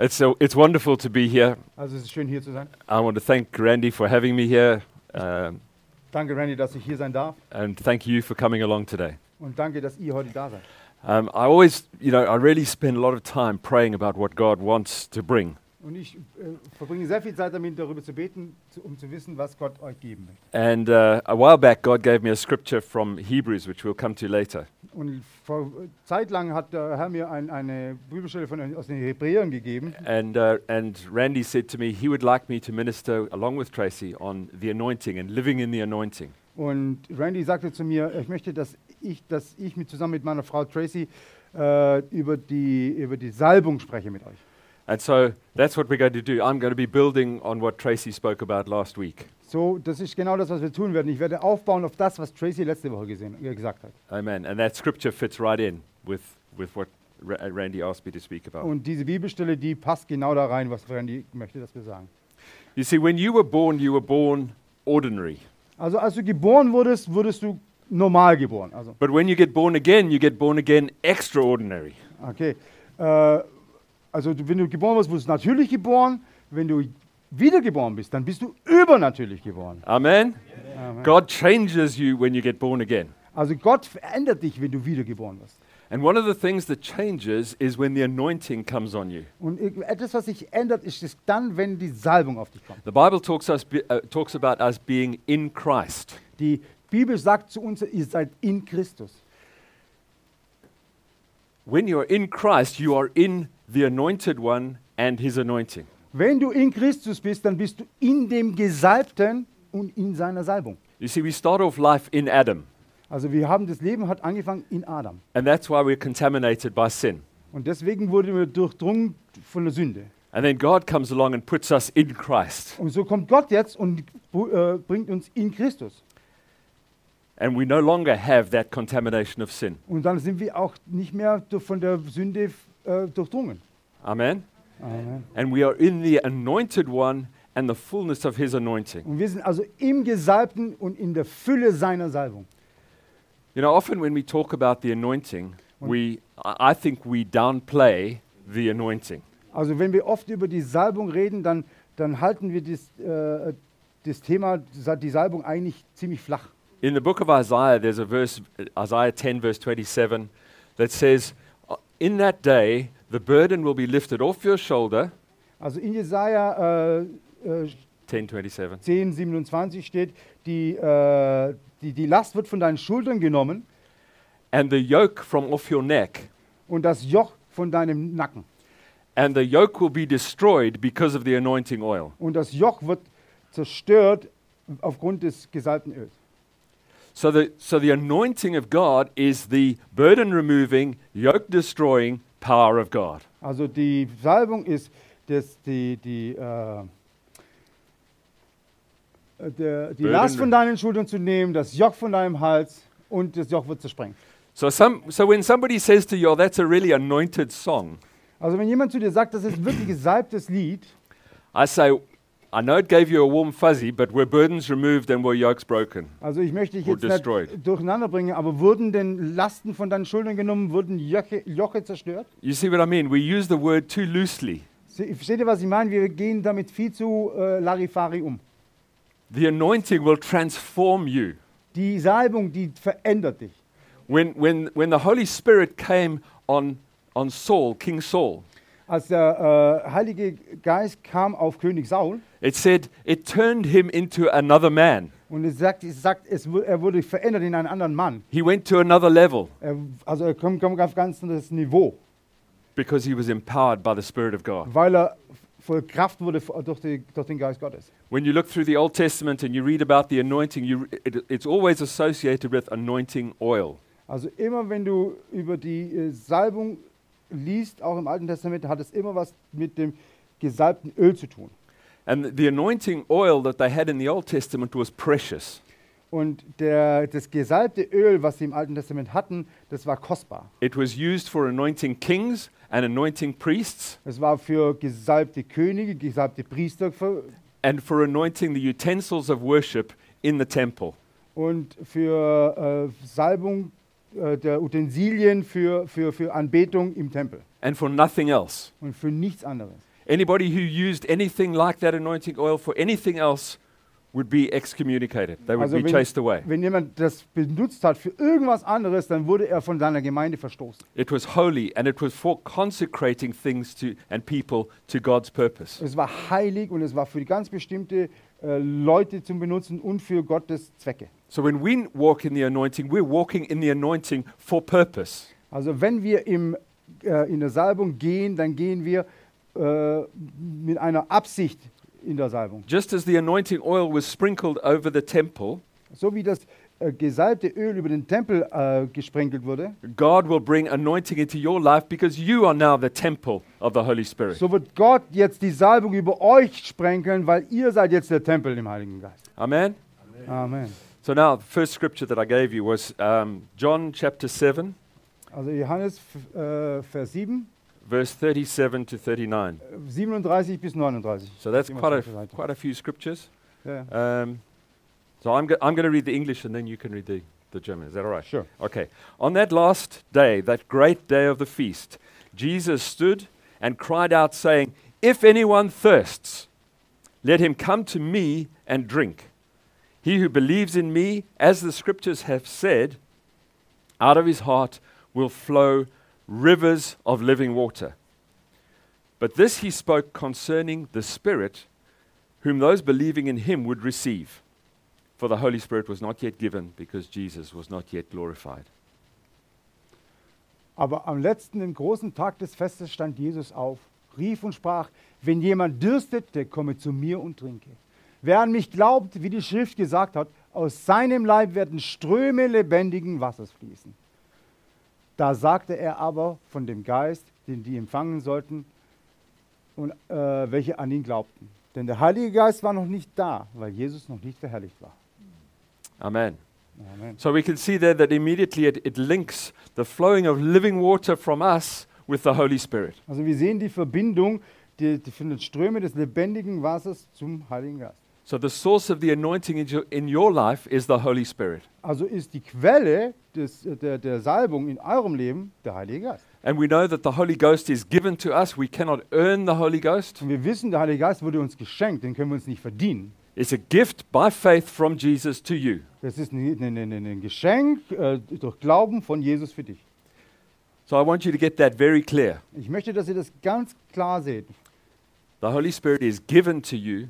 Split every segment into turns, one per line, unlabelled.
It's, so, it's wonderful to be here.
Also es ist schön hier zu sein.
I want to thank Randy for having me here, um,
Danke Randy, dass ich hier sein darf
and thank you for coming along today.
und danke, dass ihr heute da seid.
Um, I always, you know, I really spend a lot of time praying about what God wants to bring.
Und ich äh, verbringe sehr viel Zeit damit, darüber zu beten, zu, um zu wissen, was Gott euch geben möchte.
And uh, a while back, God gave me a scripture from Hebrews, which we'll come to later.
Und vor Zeit lang hat der Herr mir ein, eine Bibelstelle von, aus den Hebräern gegeben.
And, uh, and Randy said to me he would like me to minister, along with Tracy, on the anointing and living in the anointing.
Und Randy sagte zu mir, ich möchte, dass ich, dass ich mit, zusammen mit meiner Frau Tracy äh, über, die, über die Salbung spreche mit euch.
And so that's what we're going to do. I'm going to be building on what Tracy spoke about last week.
So, das ist genau das, was wir tun werden. Ich werde aufbauen auf das, was Tracy letzte Woche gesehen, äh, gesagt hat.
Amen. And that scripture fits right in with, with what Ra- uh, Randy asked me to speak about.
Und diese Bibelstelle, die passt genau da rein, was Randy möchte, dass wir sagen.
You see, when you were born, you were born ordinary.
Also als du geboren wurdest, wurdest du normal geboren. Also,
But when you get born again, you get born again extraordinary.
okay. Äh, also du, wenn du geboren wurdest, wurdest du natürlich geboren. Wenn du wiedergeboren bist, dann bist du übernatürlich geboren.
Amen? God changes you when you get born again.
Also Gott verändert dich, wenn du wiedergeboren wirst.
And one of the things that changes is when the anointing comes on you.
Und irg- etwas, was sich ändert, ist es dann, wenn die Salbung auf dich kommt.
The Bible talks, us be, uh, talks about us being in Christ.
Die Bibel sagt zu uns, ihr seid in Christus.
When you are in Christ, you are in the anointed one and his anointing.
Wenn du in Christus bist, dann bist du in dem Gesalbten und in seiner Salbung.
You see, we start off life in Adam,
Also wir haben das Leben hat angefangen in Adam.
and that's why we're contaminated by sin.
Und deswegen wurden wir durchdrungen von der Sünde.
And then God comes along and puts us in Christ,
Und so kommt Gott jetzt und bu- äh, bringt uns in Christus.
and we no longer have that contamination of sin.
Und dann sind wir auch nicht mehr durch- von der Sünde äh, durchdrungen.
Amen?
Amen.
And we are in the anointed one and the fullness of his anointing.
Und wir sind also im Gesalbten und in der Fülle seiner Salbung.
You know, often when we talk about the anointing, we, I I think we downplay the anointing.
Also wenn wir oft über die Salbung reden, dann, dann halten wir das, äh, das Thema, sa- die Salbung eigentlich ziemlich flach.
In the book of Isaiah, there's a verse, uh, Isaiah 10, verse 27, that says, "Uh, In that day, the burden will be lifted off your shoulder.
Also in Jesaja äh, äh,
1027.
10, 27 steht, die, äh, die, die Last wird von deinen Schultern genommen
And the yoke from off your neck.
und das Joch von deinem Nacken.
And the yoke will be destroyed because of the anointing oil.
Und das Joch wird zerstört aufgrund des gesalbten Öls.
So the, so the anointing of God is the burden removing, yoke destroying power of God.
Also die Salbung ist das, die, die, äh, äh, der, die
Burden-
Last von deinen Schultern zu nehmen, das Joch von deinem Hals und das Joch wird zersprengt.
So, some, so when somebody says to you, oh, that's a really anointed song,
Also wenn jemand zu dir sagt, das ist wirklich gesalbtes Lied,
I say, I know it gave you a warm fuzzy, but were burdens removed and were yokes broken?
also ich möchte dich
Or
jetzt nicht
destroyed.
durcheinander bringen, aber wurden denn Lasten von deinen Schultern genommen, wurden Joche, Joche zerstört?
You see what I mean? We use the word too loosely.
Se- Versteht ihr, was ich meine? Wir gehen damit viel zu äh, Larifari um.
The anointing will transform you.
Die Salbung, die verändert dich.
When, when, when the Holy Spirit came on, on Saul, King Saul,
Als der äh, Heilige Geist kam auf König Saul,
it said it turned him into another man.
Und es sagt, es sagt es, wu- er wurde verändert in einen anderen Mann.
He went to another level
Er, also er kommt, kommt auf ganz anderes Niveau,
because he was empowered by the Spirit of God.
weil er voll Kraft wurde vo- durch, die, durch den Geist Gottes.
When you look through the Old Testament and you read about the anointing, you, it, it's always associated with anointing oil.
Also immer wenn du über die äh, Salbung liest, auch im Alten Testament, hat es immer was mit dem gesalbten Öl zu tun.
And the, the anointing oil that they had in the Old Testament was precious.
Und der, das gesalbte Öl, was sie im Alten Testament hatten, das war kostbar.
It was used for anointing kings and anointing priests
Es war für gesalbte Könige, gesalbte Priester ver-
and for anointing the utensils of worship in the temple.
und für äh, Salbung äh, der Utensilien für, für, für Anbetung im Tempel
and for nothing else.
und für nichts anderes.
Anybody who used anything like that anointing oil for anything else would be excommunicated. They would
Also
be
wenn-
chased away.
Wenn jemand das benutzt hat für irgendwas anderes, dann wurde er von seiner Gemeinde verstoßen.
It was holy and it was for consecrating things to and people to God's purpose.
Es war heilig und es war für ganz bestimmte äh, Leute zum Benutzen und für Gottes Zwecke.
So when we walk in the anointing, we're walking in the anointing for purpose.
Also wenn wir im, äh, in der Salbung gehen, dann gehen wir äh, mit einer Absicht in der Salbung.
Just as the anointing oil was sprinkled over the temple,
So wie das äh, gesalbte Öl über den Tempel äh, gesprenkelt wurde,
God will bring anointing into your life because you are now the temple of the Holy Spirit.
so wird Gott jetzt die Salbung über euch sprenkeln, weil ihr seid jetzt der Tempel im Heiligen Geist.
Amen.
Amen.
So now the first scripture that I gave you was um, John chapter 7,
Also Johannes f- äh, Vers 7,
verse 37 to 39.
37 bis 39.
So that's
Gehen wir
quite
zur
a,
Seite.
quite a few scriptures.
Ja, ja.
Um, so I'm, go- I'm going to read the English and then you can read the, the German. Is that all right?
Sure.
Okay. On that last day, that great day of the feast, Jesus stood and cried out, saying, If anyone thirsts, let him come to me and drink. He who believes in me, as the scriptures have said, out of his heart will flow rivers of living water. But this he spoke concerning the Spirit, whom those believing in him would receive. For the Holy Spirit was not yet given, because Jesus was not yet glorified.
Aber am letzten, im großen Tag des Festes stand Jesus auf, rief und sprach, wenn jemand dürstet, der komme zu mir und trinke. Wer an mich glaubt, wie die Schrift gesagt hat, aus seinem Leib werden Ströme lebendigen Wassers fließen. Da sagte er aber von dem Geist, den die empfangen sollten und äh, welche an ihn glaubten. Denn der Heilige Geist war noch nicht da, weil Jesus noch nicht verherrlicht war.
Amen.
Amen.
So we can see there that immediately it, it links the flowing of living water from us with the Holy Spirit.
Also wir sehen die Verbindung die, die von den Strömen des lebendigen Wassers zum Heiligen Geist.
So the source of the anointing in your, in your life is the Holy Spirit.
Also ist die Quelle des, äh, der, der Salbung in eurem Leben der Heilige Geist.
And we know that the Holy Ghost is given to us. We cannot earn the Holy Ghost.
Und wir wissen, der Heilige Geist wurde uns geschenkt, den können wir uns nicht verdienen.
It's a gift by faith from Jesus to you.
Das ist ein, ein, ein, ein- ein Geschenk äh, durch Glauben von Jesus für dich.
So I want you to get that very clear.
Ich möchte, dass ihr das ganz klar seht.
The Holy Spirit is given to you,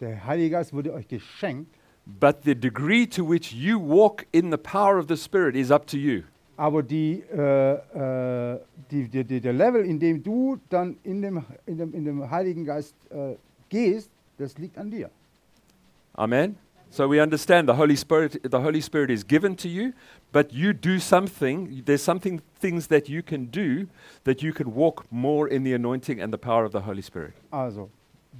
Der Heilige Geist wurde euch geschenkt,
but the degree to which you walk in the power of the Spirit is up to you.
aber die, äh, äh, die, die, die, der Level, in dem du dann in dem, in dem, in dem Heiligen Geist äh, gehst, das liegt an dir.
Amen. So we understand the Holy Spirit the Holy Spirit is given to you, but you do something. There's something things that you can do that you can walk more in the anointing and the power of the Holy Spirit.
Also,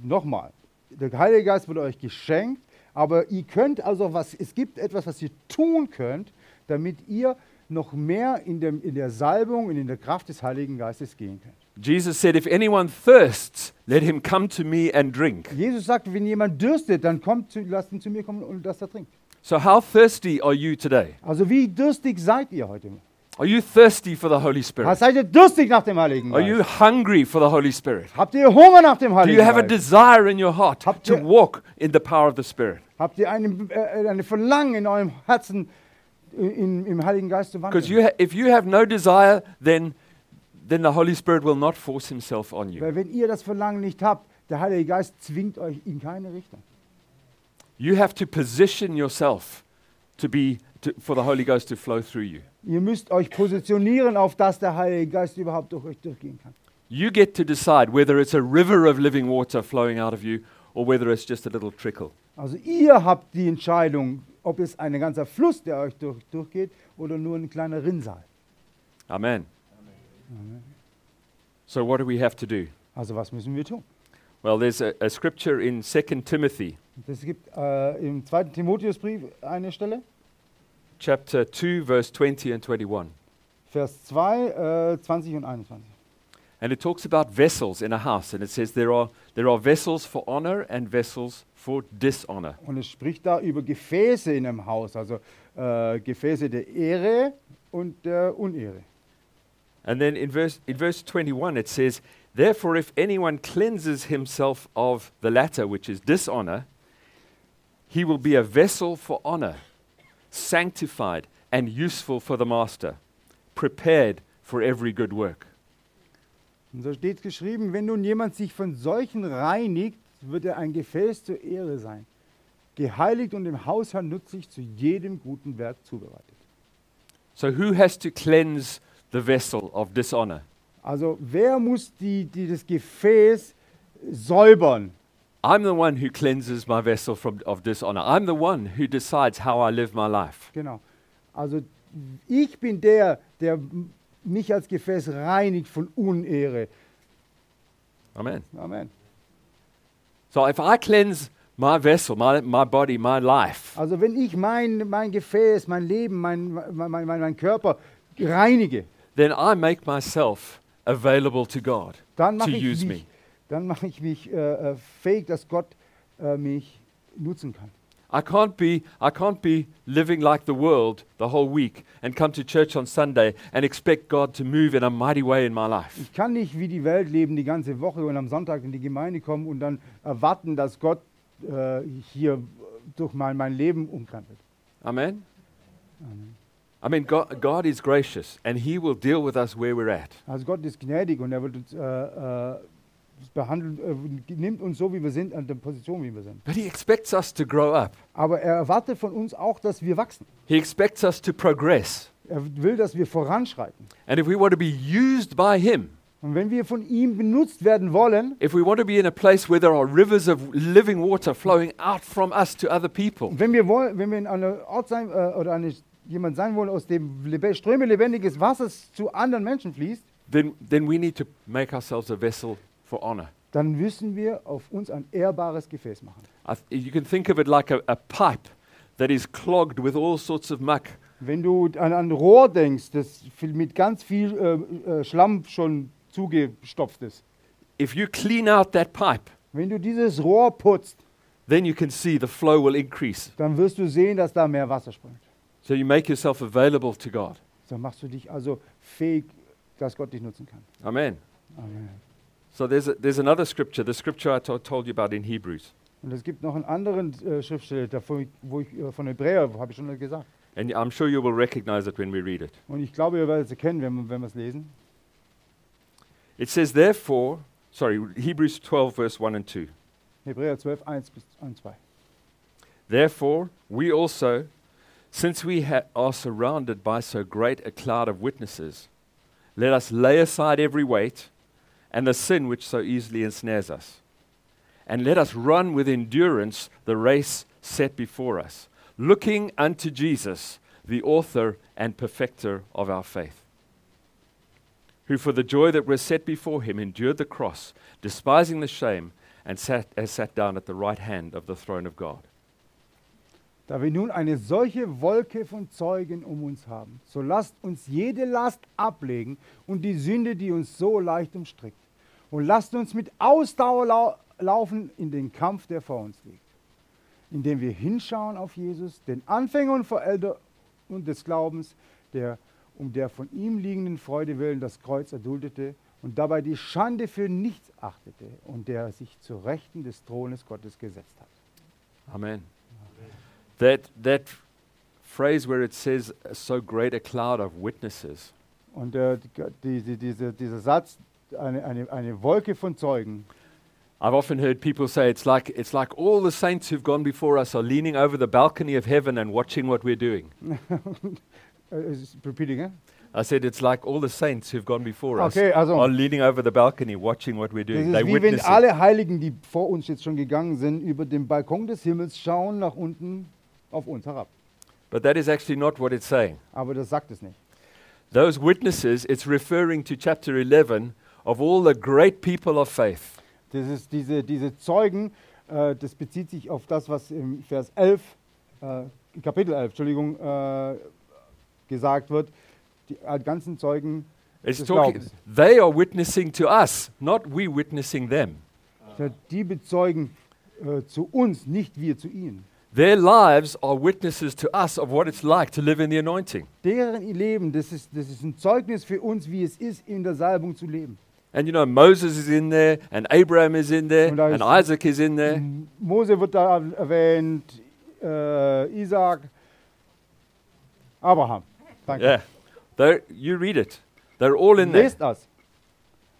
nochmal. Der Heilige Geist wurde euch geschenkt, aber ihr könnt also was, es gibt etwas, was ihr tun könnt, damit ihr noch mehr in, dem, in der Salbung und in der Kraft des Heiligen Geistes gehen könnt.
Jesus said, If anyone thirsts, let him come to me and drink.
Jesus sagt, wenn jemand dürstet, dann kommt zu, lasst ihn zu mir kommen und lasst er trinken.
So how thirsty are you today?
Also wie durstig seid ihr heute?
Are you thirsty for the Holy
Was
Spirit?
seid ihr durstig nach dem Heiligen
Are you
Geist?
hungry for the Holy Spirit?
Habt ihr Hunger nach dem
Do
Heiligen
you have a
Geist?
desire in your heart
Habt
to
ihr-
walk in the power of the Spirit?
Habt ihr ein äh, eine Verlangen in eurem Herzen, äh, in, im Heiligen Geist zu
Because
wandeln?
you ha- if you have no desire, then, then the Holy Spirit will not force himself on you.
Weil wenn ihr das Verlangen nicht habt, der Heilige Geist zwingt euch in keine Richtung.
You have to position yourself to be, to, for the Holy Ghost to flow through you.
Ihr müsst euch positionieren, auf dass der Heilige Geist überhaupt durch euch durchgehen kann.
You get to decide whether it's a river of living water flowing out of you or whether it's just a little trickle.
Also ihr habt die Entscheidung, ob es ein ganzer Fluss, der euch durch, durchgeht, oder nur ein kleiner Rinnsal.
Amen. So, what do we have to do?
Also was müssen wir tun?
Well, there's a, a scripture in 2 Timothy
Es gibt äh, im 2. Timotheusbrief eine Stelle,
chapter 2, verse 20 and 21.
Vers 2, äh, 20 und 21.
And it talks about vessels in a house, and it says there are, there are vessels for honor and vessels for dishonor.
Und es spricht da über Gefäße in einem Haus, also äh, Gefäße der Ehre und der Unehre.
And then in verse, in verse 21, it says, Therefore, if anyone cleanses himself of the latter, which is dishonor, he will be a vessel for honor, sanctified and useful for the master, prepared for every good work.
Und so steht geschrieben, wenn nun jemand sich von solchen reinigt, wird er ein Gefäß zur Ehre sein, geheiligt und dem Hausherrn nützlich zu jedem guten Werk zubereitet.
So, who has to cleanse the vessel of dishonor?
Also wer muss die, die das Gefäß säubern?
I'm the one who cleanses my vessel from, of dishonor. I'm the one who decides how I live my life.
Genau. Also ich bin der, der m- mich als Gefäß reinigt von Unehre.
Amen.
Amen.
So, if I cleanse my vessel, my, my body, my life,
Also wenn ich mein, mein Gefäß, mein Leben, mein, mein, mein, mein Körper reinige,
then I make myself available to God
dann mache
to use
ich
me.
mich, dann mache ich mich äh, äh, fähig, dass Gott äh, mich nutzen kann.
I can't be I can't be living like the world the whole week and come to church on Sunday and expect God to move in a mighty way in my life.
Ich kann nicht wie die Welt leben die ganze Woche und am Sonntag in die Gemeinde kommen und dann erwarten, dass Gott äh, hier durch mein, mein Leben umkrempelt.
Amen. I mean God, God is gracious and he will deal with us where we're at.
Also Gott ist gnädig und er wird uns äh, äh, behandelt, äh, nimmt uns so, wie wir sind, an der Position, wie wir sind.
But he expects us to grow up.
Aber er erwartet von uns auch, dass wir wachsen.
He expects us to progress.
Er will, dass wir voranschreiten.
And if we want to be used by him,
Und wenn wir von ihm benutzt werden wollen,
if we want to be in a place where there are rivers of living water flowing out from us to other people,
Und wenn wir, wollen, wenn wir in einem Ort sein äh, oder eine, jemand sein wollen, aus dem lebe- Ströme lebendiges Wassers zu anderen Menschen fließt,
then, then we need to make ourselves a vessel for honor.
dann müssen wir auf uns ein ehrbares Gefäß machen.
I th- you can think of it like a, a pipe that is clogged with all sorts of muck.
Wenn du an ein Rohr denkst, das viel- mit ganz viel äh, äh, Schlamm schon zugestopft ist,
If you clean out that pipe,
wenn du dieses Rohr putzt,
then you can see the flow will increase.
dann wirst du sehen, dass da mehr Wasser springt.
So you make yourself available to God.
Dann machst du dich also fähig, dass Gott dich nutzen kann.
Amen.
Amen.
So there's, a, there's another scripture, the scripture I to- told you about in Hebrews.
Und es gibt noch einen anderen äh, Schriftsteller, davon, wo ich, äh, von Hebräer, habe ich schon gesagt.
And I'm sure you will recognize it when we read it.
Und ich glaube, ihr werdet es erkennen, wenn, wenn wir es lesen.
It says, therefore, sorry, Hebrews 12, verse 1 and 2.
Hebräer 12, 1 bis 1, 2.
Therefore, we also, since we ha- are surrounded by so great a cloud of witnesses, let us lay aside every weight and the sin which so easily ensnares us. And let us run with endurance the race set before us, looking unto Jesus, the author and perfecter of our faith, who for the joy that was set before him endured the cross, despising the shame, and sat, has sat down at the right hand of the throne of God.
Da wir nun eine solche Wolke von Zeugen um uns haben, so lasst uns jede Last ablegen und die Sünde, die uns so leicht umstrickt. Und lasst uns mit Ausdauer lau laufen in den Kampf, der vor uns liegt. Indem wir hinschauen auf Jesus, den Anfänger und Verälter und des Glaubens, der um der von ihm liegenden Freude willen das Kreuz erduldete und dabei die Schande für nichts achtete und der sich zu Rechten des Thrones Gottes gesetzt hat.
Amen. That that phrase where it says uh, so great a cloud of witnesses.
Und äh, die, die, die, diese, dieser Satz, eine, eine, eine Wolke von Zeugen.
I've often heard people say it's like it's like all the saints who've gone before us are leaning over the balcony of heaven and watching what we're doing.
Äh, es ist repeating, eh?
I said it's like all the saints who've gone before
Okay,
us
also-
are leaning over the balcony watching what we're
Das
doing.
ist
They
wie wenn
witness it.
alle Heiligen, die vor uns jetzt schon gegangen sind, über den Balkon des Himmels schauen nach unten auf uns herab.
But that is actually not what it's saying.
Aber das sagt es nicht.
Those witnesses, it's referring to chapter 11 of all the great people of faith.
Das ist diese, diese Zeugen, äh, das bezieht sich auf das, was im Vers 11, äh, Kapitel 11, Entschuldigung, äh, gesagt wird. Die äh, ganzen Zeugen,
It's
Des
talking,
Glaubens.
they are witnessing to us, not we witnessing them.
äh, die bezeugen äh, zu uns, nicht wir zu ihnen.
Their lives are witnesses to us of what it's like to live in the anointing.
Deren Leben, das ist, das ist ein Zeugnis für uns, wie es ist, in der Salbung zu leben.
And you know, Moses is in there, and Abraham is in there,
Und da
and
ist-
Isaac is in there.
Mose wird da erwähnt, äh, Isaac, Abraham. Danke.
Yeah. They're, you read it. They're all in there.
Lest das.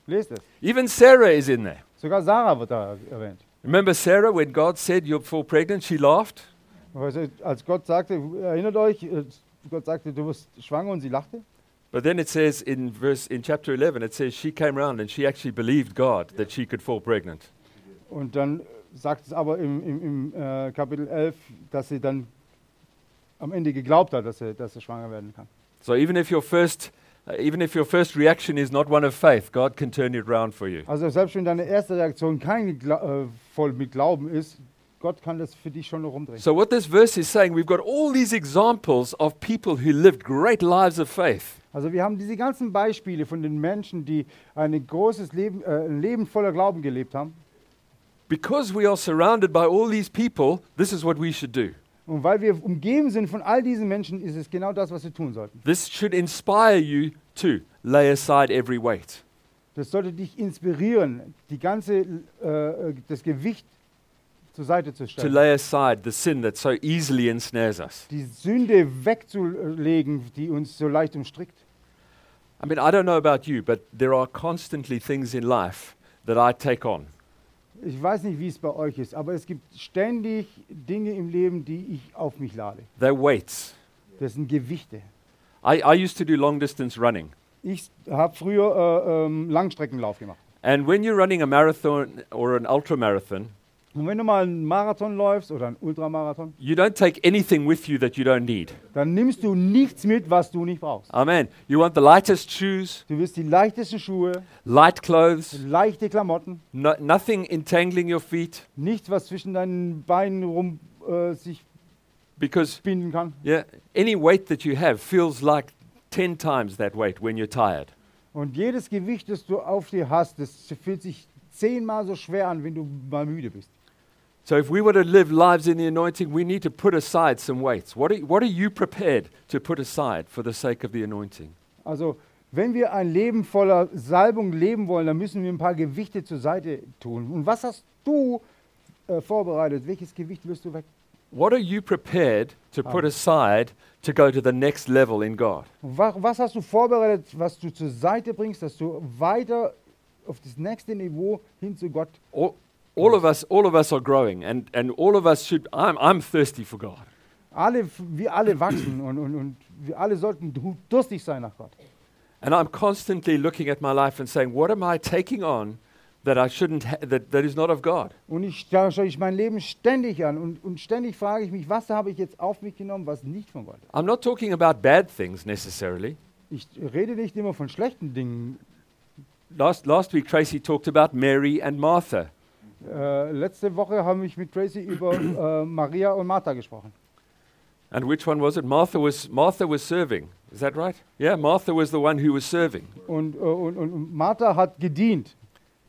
Lest es.
Even Sarah is in there.
Sogar Sarah wird da erwähnt.
Remember Sarah when God said, You're full pregnant? She laughed.
Also, Als Gott sagte, erinnert euch, äh, Gott sagte, du wirst schwanger und sie lachte.
But then it says in verse in chapter 11 it says she came round and she actually believed God that she could fall pregnant.
Und dann sagt es aber im, im, im äh, Kapitel 11, dass sie dann am Ende geglaubt hat, dass sie, dass sie schwanger werden kann.
So even if your first uh, even if your first reaction is not one of faith, God can turn it round for you.
Also selbst wenn deine erste Reaktion kein Gla äh, voll mit Glauben ist, Gott kann das für dich schon noch rumdrehen.
So what this verse is saying, we've got all these examples of people who lived great lives of faith.
Also wir haben diese ganzen Beispiele von den Menschen, die ein großes Leben, äh, ein Leben voller Glauben gelebt haben.
Because we are surrounded by all these people, this is what we should do.
Und weil wir umgeben sind von all diesen Menschen, ist es genau das, was wir tun sollten.
This should inspire you to lay aside every weight.
Das sollte dich inspirieren, die ganze, äh, das Gewicht zur Seite zu
to
stellen.
lay aside the sin that so easily ensnares us.
die Sünde wegzulegen, die uns so leicht umstrickt.
I mean, I don't know about you, but there are constantly things in life that I take on.
Ich weiß nicht, wie es bei euch ist, aber es gibt ständig Dinge im Leben, die ich auf mich lade.
They're weights.
Das sind Gewichte.
I, I used to do long distance running.
Ich habe früher äh, ähm, Langstreckenlauf gemacht.
And when you're running a marathon or an ultra marathon,
Und wenn du mal einen Marathon läufst oder einen Ultramarathon,
you don't take anything with you that you don't need.
dann nimmst du nichts mit, was du nicht brauchst.
Amen. You want the lightest shoes,
Du wirst die leichtesten Schuhe,
light clothes,
leichte Klamotten,
no, nothing entangling your feet
nichts, was zwischen deinen Beinen rum äh, sich
because
binden kann.
yeah, any weight that you have feels like 10 times that weight when you're tired.
Und jedes Gewicht, das du auf dir hast, das fühlt sich zehnmal so schwer an, wenn du mal müde bist.
So, if we were to live lives in the anointing, we need to put aside some weights. What are, what are you prepared to put aside for the sake of the anointing?
Also, wenn wir ein Leben voller Salbung leben wollen, dann müssen wir ein paar Gewichte zur Seite tun. Und was hast du äh, vorbereitet? Welches Gewicht wirst du weg?
What are you prepared to put aside to go to the next level in God?
Und wa- was hast du vorbereitet, was du zur Seite bringst, dass du weiter auf das nächste Niveau hin zu Gott?
All, all of us, all of us are growing, and, and all of us should. I'm, I'm thirsty for God.
Alle, wir alle wachsen und, und, und wir alle sollten du- durstig sein nach Gott.
And I'm constantly looking at my life and saying, What am I taking on that I shouldn't, ha- that, that is not of God?
Und ich da schaue ich mein Leben ständig an und, und ständig frage ich mich, was habe ich jetzt auf mich genommen, was nicht von Gott? ist.
I'm not talking about bad things necessarily.
Ich rede nicht immer von schlechten Dingen.
Last, last week, Tracy talked about Mary and Martha.
Äh, letzte Woche habe ich mit Tracy über äh, Maria und Martha gesprochen.
And which one was it? Martha was Martha was serving. Is that right? Yeah, Martha was the one who was serving.
Und, äh, und, und- und Martha hat gedient.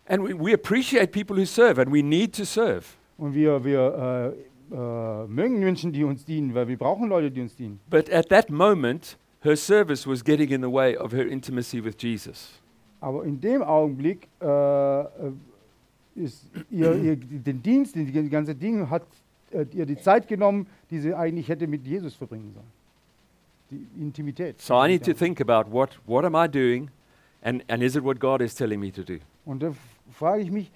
And we, we appreciate people who serve and we need to serve.
Und wir, wir äh, äh, mögen Menschen, die uns dienen, weil wir brauchen Leute, die uns dienen.
But at that moment, her service was getting in the way of her intimacy with Jesus.
Aber in dem Augenblick äh, äh, ist ihr, ihr den Dienst, die die ganze Dinge hat äh, ihr die Zeit genommen, die sie eigentlich hätte mit Jesus verbringen sollen. Die Intimität.
So I need to think about what, what am I doing and, and is it what God is telling me to do?
Und da f- frage ich mich,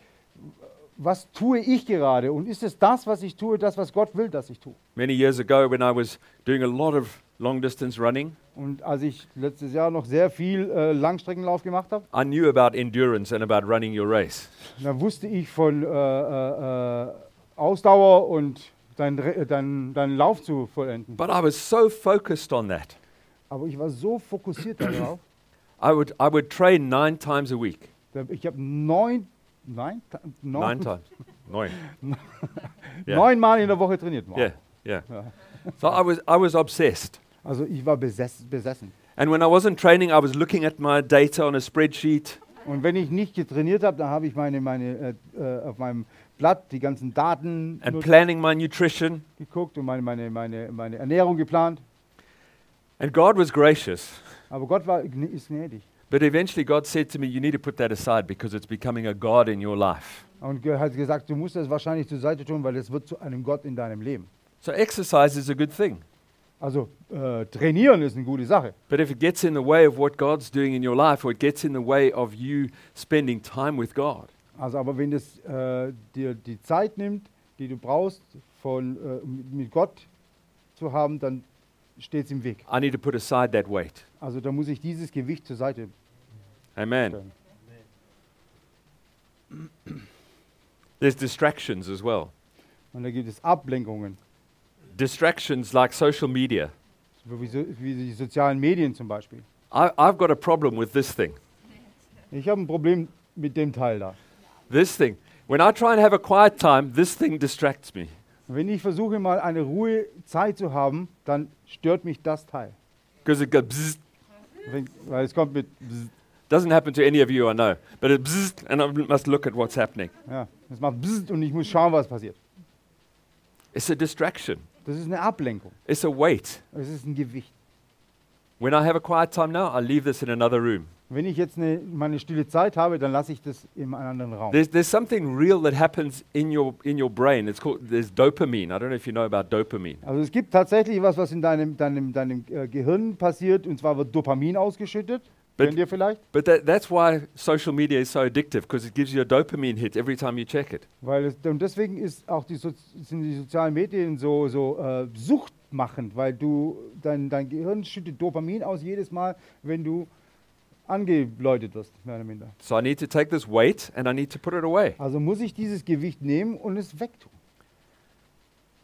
was tue ich gerade? Und ist es das, was ich tue, das, was Gott will, dass ich tue?
Many years ago, when I was doing a lot of long distance running,
Und als ich letztes Jahr noch sehr viel äh, Langstreckenlauf gemacht habe,
I knew about endurance and about running your race.
da wusste ich von äh, äh, äh, Ausdauer und deinen Re- äh, deinen- deinen Lauf zu vollenden.
But I was so focused on that.
Aber ich war so fokussiert darauf,
I would, I would train nine times a week.
da- ich habe neun, neun, ta-
Nine
neun,
times. Nine. yeah.
neunmal in der Woche trainiert. Wow.
Yeah, yeah. So I was, I was obsessed.
Also ich war besess, besessen.
And when I wasn't training, I was looking at my data on a spreadsheet.
Und wenn ich nicht getrainiert habe, dann habe ich meine, meine, äh, äh, auf meinem Blatt die ganzen Daten
and
nur
planning my nutrition.
geguckt und meine, meine, meine, meine Ernährung geplant.
And God was gracious
Aber Gott war, gn- ist gnädig.
But eventually, God said to me, You need to put that aside because it's becoming a God in your life.
Und Gott hat gesagt, du musst das wahrscheinlich zur Seite tun, weil es wird zu einem Gott in deinem Leben.
So, exercise is a good thing.
Also äh, trainieren ist eine gute Sache.
But if it gets in the way of what God's doing in your life, or it gets in the way of you spending time with God,
Also aber wenn das äh, dir die Zeit nimmt, die du brauchst, von, äh, um mit Gott zu haben, dann steht es im Weg.
I need to put aside that weight.
Also da muss ich dieses Gewicht zur Seite.
Amen.
Amen.
There's distractions as well.
Und da gibt es Ablenkungen,
Distractions like social media.
so wie, so, wie die sozialen Medien zum Beispiel.
I, I've got a problem with this thing.
Ich habe ein Problem mit dem Teil da.
This thing. When I try and have a quiet time, this thing distracts me.
Wenn ich versuche mal eine Ruhezeit zu haben, dann stört mich das Teil.
Because it goes bzzzt.
Wenn, weil es kommt mit. Bzzz.
Doesn't happen to any of you, I know. But it bzzzt, and I must look at what's happening.
Ja, es macht bzzz und ich muss schauen, was passiert.
It's a distraction,
Das ist eine Ablenkung.
it's a weight.
Es ist ein Gewicht.
When I have a quiet time now, I leave this in another room.
Wenn ich jetzt eine, meine stille Zeit habe, dann lasse ich das in einem anderen Raum.
There's, there's something real that happens in your, in your brain. It's called there's dopamine. I don't know if you know about dopamine.
Also es gibt tatsächlich was, was in deinem, deinem, deinem äh, Gehirn passiert, und zwar wird Dopamin ausgeschüttet.
Wenn-
Kennt ihr vielleicht?
But that, that's why social media is so addictive because it gives you a dopamine hit every time you check it.
Weil es, und deswegen ist auch die, Soz- sind die sozialen Medien so, so äh, suchtmachend, weil du dein, dein Gehirn schüttet Dopamin aus jedes Mal, wenn du angeläutet wirst, mehr oder minder.
So I need to take this weight and I need to put it away.
Also muss ich dieses Gewicht nehmen und es wegtun.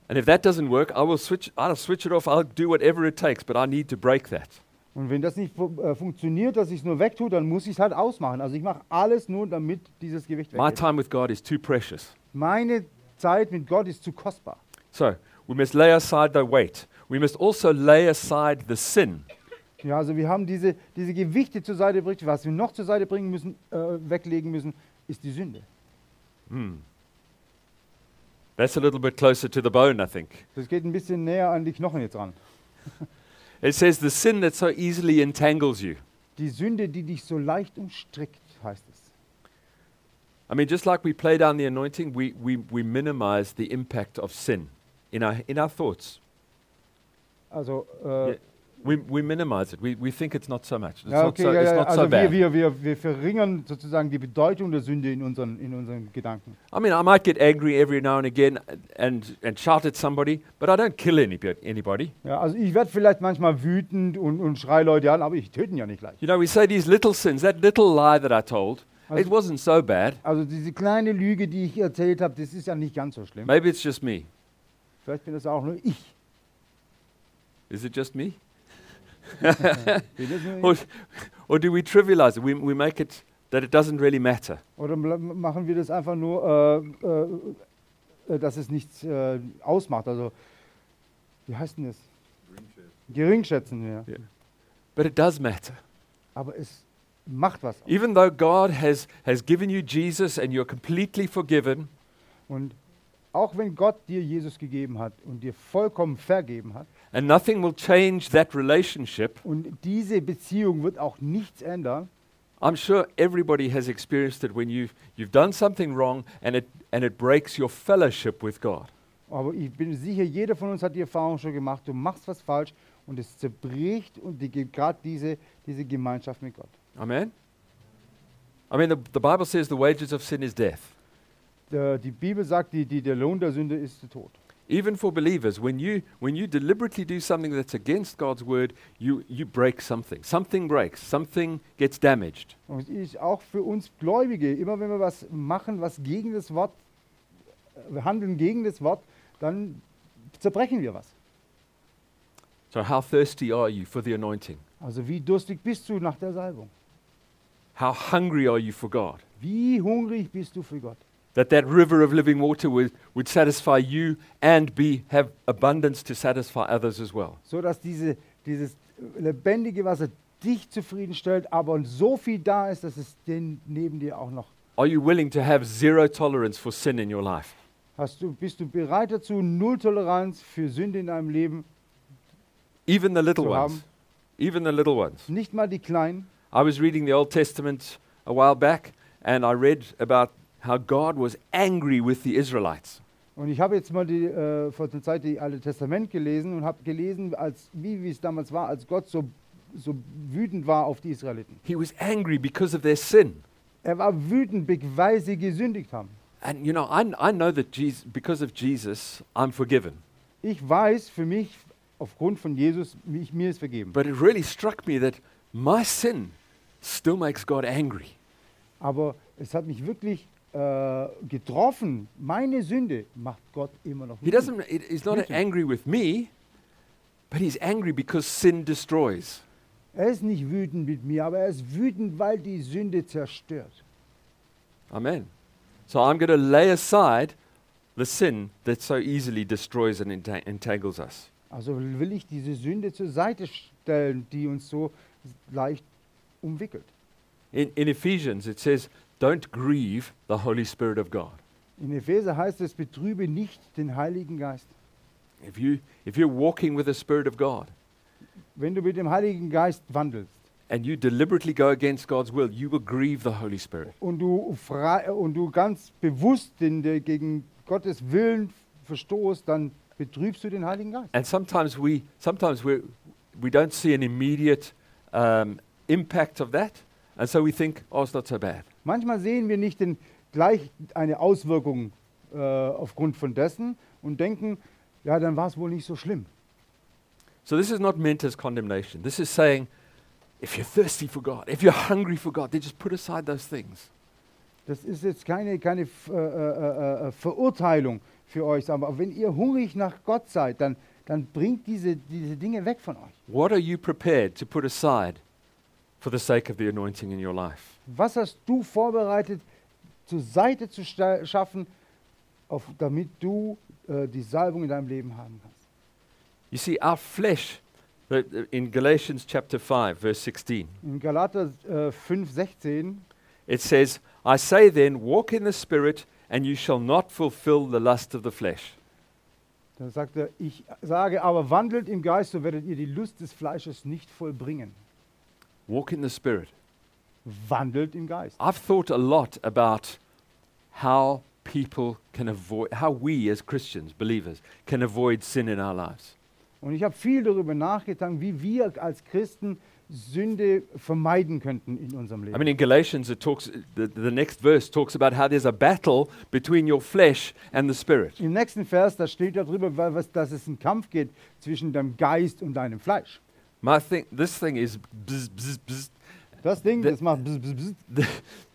And if that doesn't work, I will switch. I'll switch it off. I'll do whatever it takes. But I need to break that.
Und wenn das nicht fu- äh, funktioniert, dass ich es nur wegtue, dann muss ich es halt ausmachen. Also ich mache alles nur, damit dieses Gewicht
My
weggeht.
time with God is too precious.
Meine Zeit mit Gott ist zu kostbar.
So we must lay aside the weight. We must also lay aside the sin.
Ja, also wir haben diese, diese Gewichte zur Seite gebracht. Was wir noch zur Seite bringen müssen, äh, weglegen müssen, ist die Sünde.
That's a little bit closer to the bone, I think.
Das geht ein bisschen näher an die Knochen jetzt ran.
It says the sin that so easily entangles you.
Die Sünde, die dich so leicht umstrickt, heißt es.
I mean, just like we play down the anointing, we, we, we minimize the impact of sin in our, in our thoughts.
Also, äh,
Yeah. We, we minimize it. We, we think it's not so much. It's
ja,
not
okay,
so,
ja,
it's
ja,
not so
also
bad.
wir, wir, wir, wir verringern sozusagen die Bedeutung der Sünde in unseren, in unseren Gedanken.
I mean, I might get angry every now and again and, and shout at somebody, but I don't kill any, anybody.
Ja, also ich werde vielleicht manchmal wütend und, und schrei Leute an, aber ich töten ja nicht gleich.
You know, we say these little sins, that little lie that I told,
I
it
see.
wasn't so bad.
Also diese kleine Lüge, die ich erzählt habe, das ist ja nicht ganz so schlimm.
Maybe it's just me.
Vielleicht bin das auch nur ich.
Is it just me?
Bin das nur ich?
Or, or do we trivialize it? We, we make it that it doesn't really matter.
Oder bla- machen wir das einfach nur, äh, äh, äh, dass es nichts äh, ausmacht? Also, wie heißt denn das? Geringschätzen. ja.
Ja. But it does matter.
Aber es macht was. aus.
Even though God has, has given you Jesus and you're completely forgiven,
Und auch wenn Gott dir Jesus gegeben hat und dir vollkommen vergeben hat,
and nothing will change that relationship,
und diese Beziehung wird auch nichts ändern,
I'm sure everybody has experienced it when you've, you've done something wrong and it, and it breaks your fellowship with God.
aber ich bin sicher, jeder von uns hat die Erfahrung schon gemacht, du machst was falsch und es zerbricht und die, gerade diese, diese Gemeinschaft mit Gott.
Amen? I mean, the, the Bible says the wages of sin is death.
Der, Äh, die Bibel sagt, die, die, der Lohn der Sünde ist der Tod.
Even for believers, when you, when you deliberately do something that's against God's word, you, you break something. Something breaks, something gets damaged.
Und ich auch für uns Gläubige, immer wenn wir was machen, was gegen das Wort, äh, handeln gegen das Wort, dann zerbrechen wir was.
So, how thirsty are you for the anointing?
Also wie durstig bist du nach der Salbung?
How hungry are you for God?
Wie hungrig bist du für Gott?
that that river of living water would, would satisfy you and be have abundance to satisfy others as well
So dass diese, dieses lebendige Wasser dich zufriedenstellt, aber so viel da ist, dass es den neben dir auch noch.
are you willing to have zero tolerance for sin in your life
Hast du, bist du bereit dazu, null Toleranz für Sünde in deinem Leben?
even the little
To
ones
have-
even the little ones
Nicht mal die Kleinen.
I was reading the Old Testament a while back, and I read about how God was angry with the Israelites.
Und ich habe jetzt mal die, äh, vor der Zeit die Alte Testament gelesen und habe gelesen, als, wie, wie es damals war, als Gott so, so wütend war auf die Israeliten.
He was angry because of their sin.
Er war wütend, weil sie gesündigt haben.
And you know, I, kn- I know that Jesus, because of Jesus, I'm forgiven.
Ich weiß für mich, aufgrund von Jesus, mich, mir ist vergeben.
But it really struck me that my sin still makes God angry.
Aber es hat mich wirklich äh, getroffen. Meine Sünde macht Gott immer noch
He
wütend.
doesn't, it, he's not
Written.
angry with me, but he's angry because sin destroys.
Er ist nicht wütend mit mir, aber er ist wütend, weil die Sünde zerstört.
Amen. So I'm going to lay aside the sin that so easily destroys and entang- entangles us.
Also will ich diese Sünde zur Seite stellen, die uns so leicht umwickelt.
In, in Ephesians, it says, Don't grieve the Holy Spirit of God.
In Epheser heißt es, betrübe nicht den Heiligen Geist.
If, you, if you're walking with the Spirit of God
Wenn du mit dem Heiligen Geist wandelst
and you deliberately go against God's will, you will grieve the Holy Spirit.
und du, frei, und du ganz bewusst den, der gegen Gottes Willen verstoßt, dann betrübst du den Heiligen Geist.
And sometimes we, sometimes we're, we don't see an immediate um, impact of that. And so we think, oh, it's not so bad.
Manchmal sehen wir nicht den, gleich eine Auswirkung äh, aufgrund von dessen und denken, ja, dann war es wohl nicht so schlimm.
So this is not meant as condemnation. This is saying, if you're thirsty for God, if you're hungry for God, then just put aside those things.
Das ist jetzt keine, keine F- äh, äh, äh, äh, Verurteilung für euch, aber wenn ihr hungrig nach Gott seid, dann, dann bringt diese, diese Dinge weg von euch.
What are you prepared to put aside for the sake of the anointing in your life?
Was hast du vorbereitet, zur Seite zu sta- schaffen, auf, damit du äh, die Salbung in deinem Leben haben kannst?
You see, our flesh, the- the- in Galatians chapter 5, verse 16,
In Galater äh, 5, 16
it says, I say then, walk in the Spirit, and you shall not fulfill the lust of the flesh.
Da sagt er, ich sage aber, wandelt im Geist, so werdet ihr die Lust des Fleisches nicht vollbringen.
Walk in the Spirit.
Wandelt im Geist.
I've thought a lot about how people can avoid, how we as Christians, believers, can avoid sin in our lives.
Und ich habe viel darüber nachgedacht, wie wir als Christen Sünde vermeiden könnten in unserem
I
Leben.
mean, in Galatians, it talks, the, the next verse talks about how there's a battle between your flesh and the spirit.
Im nächsten Vers, da steht darüber, wa- was, dass es einen Kampf geht zwischen deinem Geist und deinem Fleisch.
My thing, this thing is, bzz, bzz, bzz.
Das Ding,
Da-
das macht bzz, bzz, bzz.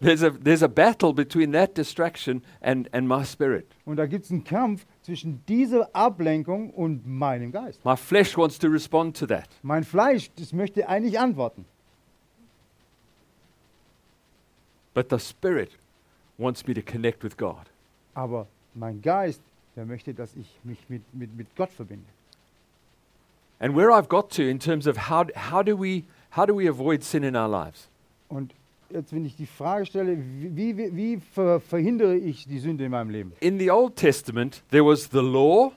there's a, there's a battle between that distraction and, and my spirit.
und da gibt es einen Kampf zwischen dieser Ablenkung und meinem Geist.
My flesh wants to respond to that.
Mein Fleisch, das möchte eigentlich antworten.
But the spirit wants me to connect with God.
Aber mein Geist, der möchte, dass ich mich mit, mit, mit Gott verbinde.
And where I've got to in terms of how, d- how, do we, how do we avoid sin in our lives?
Und jetzt, wenn ich die Frage stelle, wie, wie, wie ver verhindere ich die Sünde in meinem Leben?
In the Old Testament, there was the law,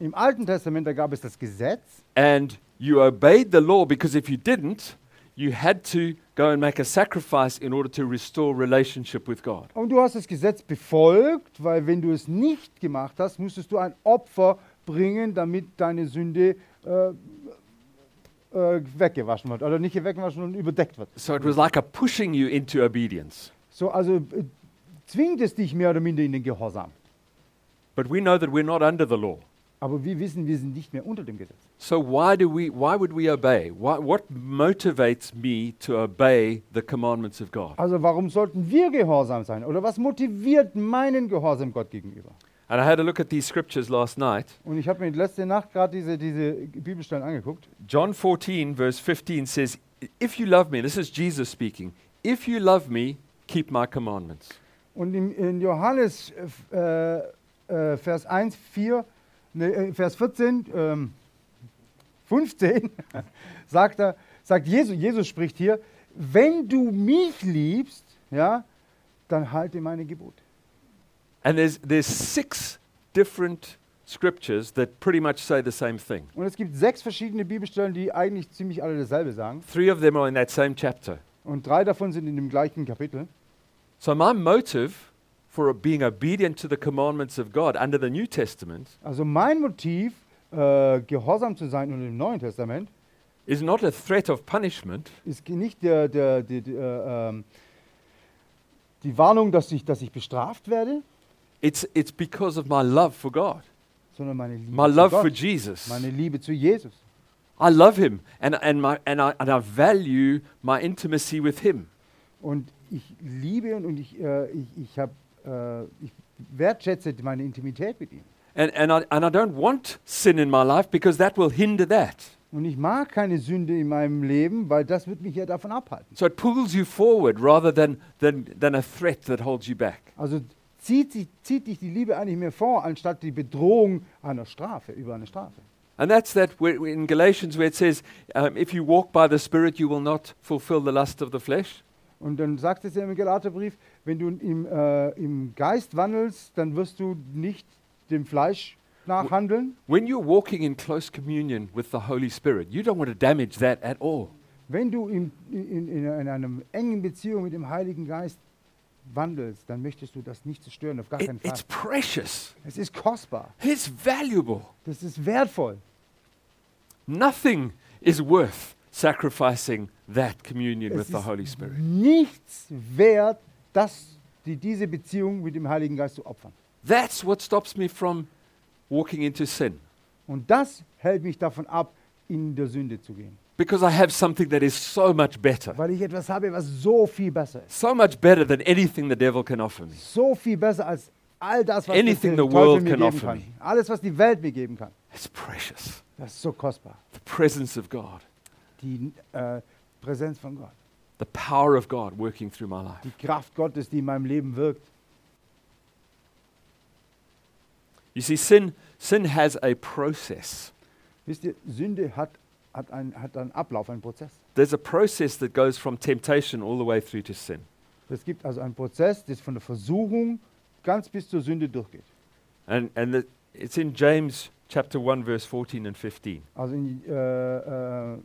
Im Alten Testament, da gab es das Gesetz
and you obeyed the law because if you didn't, you had to go and make a sacrifice in order to restore relationship with God.
und du hast das Gesetz befolgt, weil wenn du es nicht gemacht hast, musstest du ein Opfer bringen, damit deine Sünde äh, äh, weggewaschen wird oder nicht weggewaschen und überdeckt wird.
So it was like a pushing you into obedience.
So, also äh, zwingt es dich mehr oder minder in den Gehorsam.
But we know that we're not under the law.
Aber wir wissen, wir sind nicht mehr unter dem Gesetz.
So why do we why would we obey? Why, what motivates me to obey the commandments of God?
Also warum sollten wir gehorsam sein? Oder was motiviert meinen Gehorsam Gott gegenüber?
And I had a look at these scriptures last night.
Und ich habe mir letzte Nacht gerade diese, diese Bibelstellen angeguckt.
John 14 verse 15 says, "If you love me, this is Jesus speaking. If you love me, keep my commandments."
Und in, in Johannes äh, f- äh, äh, Vers 1, 4, ne, äh, Vers 14, ähm, 15 sagt er, sagt Jesus, Jesus spricht hier, wenn du mich liebst, ja, dann halte meine Gebote.
And there's, there's six different scriptures that pretty much say the same thing.
Und es gibt sechs verschiedene Bibelstellen, die eigentlich ziemlich alle dasselbe sagen.
Three of them are in that same chapter.
Und drei davon sind in dem gleichen Kapitel.
So, my motive for being obedient to the commandments of God under the New Testament
Also mein Motiv, äh, gehorsam zu sein und im Neuen Testament,
is not a threat of punishment,
ist ge- nicht der, der, die- die, äh, ähm, die Warnung, dass ich, dass ich bestraft werde,
it's, it's because of my love for God,
sondern meine Liebe,
my
zu
love for
Gott,
Jesus.
meine Liebe zu Jesus.
I love Him and, and, my, and, I, and I value my intimacy with Him.
Und ich liebe und, und ich, äh, ich, ich, hab, äh, ich wertschätze meine Intimität mit ihm.
And, and, I, and I don't want sin in my life because that will hinder that.
Und ich mag keine Sünde in meinem Leben, weil das wird mich ja davon abhalten.
So it pulls you forward rather than, than, than a threat that holds you back.
Also zieht, sich, zieht dich die Liebe eigentlich mehr vor, anstatt die Bedrohung einer Strafe, über eine Strafe.
And that's that where, where in Galatians where it says, um, if you walk by the Spirit, you will not fulfill the lust of the flesh.
Und dann sagt es ja im Galaterbrief, wenn du im, äh, im Geist wandelst, dann wirst du nicht dem Fleisch nachhandeln.
When you're walking in close communion with the Holy Spirit, you don't want to damage that at all.
Wenn du im, in, in, in einer engen Beziehung mit dem Heiligen Geist wandelst, dann möchtest du das nicht zerstören, auf gar
It-
keinen Fall.
it's precious,
Es ist kostbar,
it's valuable.
das ist wertvoll.
Nothing is worth sacrificing that communion
Es
with the
ist
Holy Spirit.
nichts wert, dass die, diese Beziehung mit dem Heiligen Geist zu opfern.
That's what stops me from walking into sin
Und das hält mich davon ab, in der Sünde zu gehen.
because I have something that is so much better.
Weil ich etwas habe, was so viel besser ist.
So much better than anything the devil can offer me.
So viel besser als all das, was
Anything
der
the
Teufel
world
mir
can
geben
offer
kann.
me.
Alles, was die Welt mir geben kann.
It's precious.
Das ist so kostbar.
The presence of God,
Die äh, Präsenz von Gott.
the power of God working through my life.
Die Kraft Gottes, die in meinem Leben wirkt.
You see, sin, sin has a process.
Wisst ihr, Sünde hat, hat, einen, hat einen Ablauf, einen Prozess.
There's a process that goes from temptation all the way through to sin.
Es gibt also einen Prozess, der von der Versuchung ganz bis zur Sünde durchgeht.
And, and the, it's in James chapter 1, verse 14 and 15.
Also in äh, äh,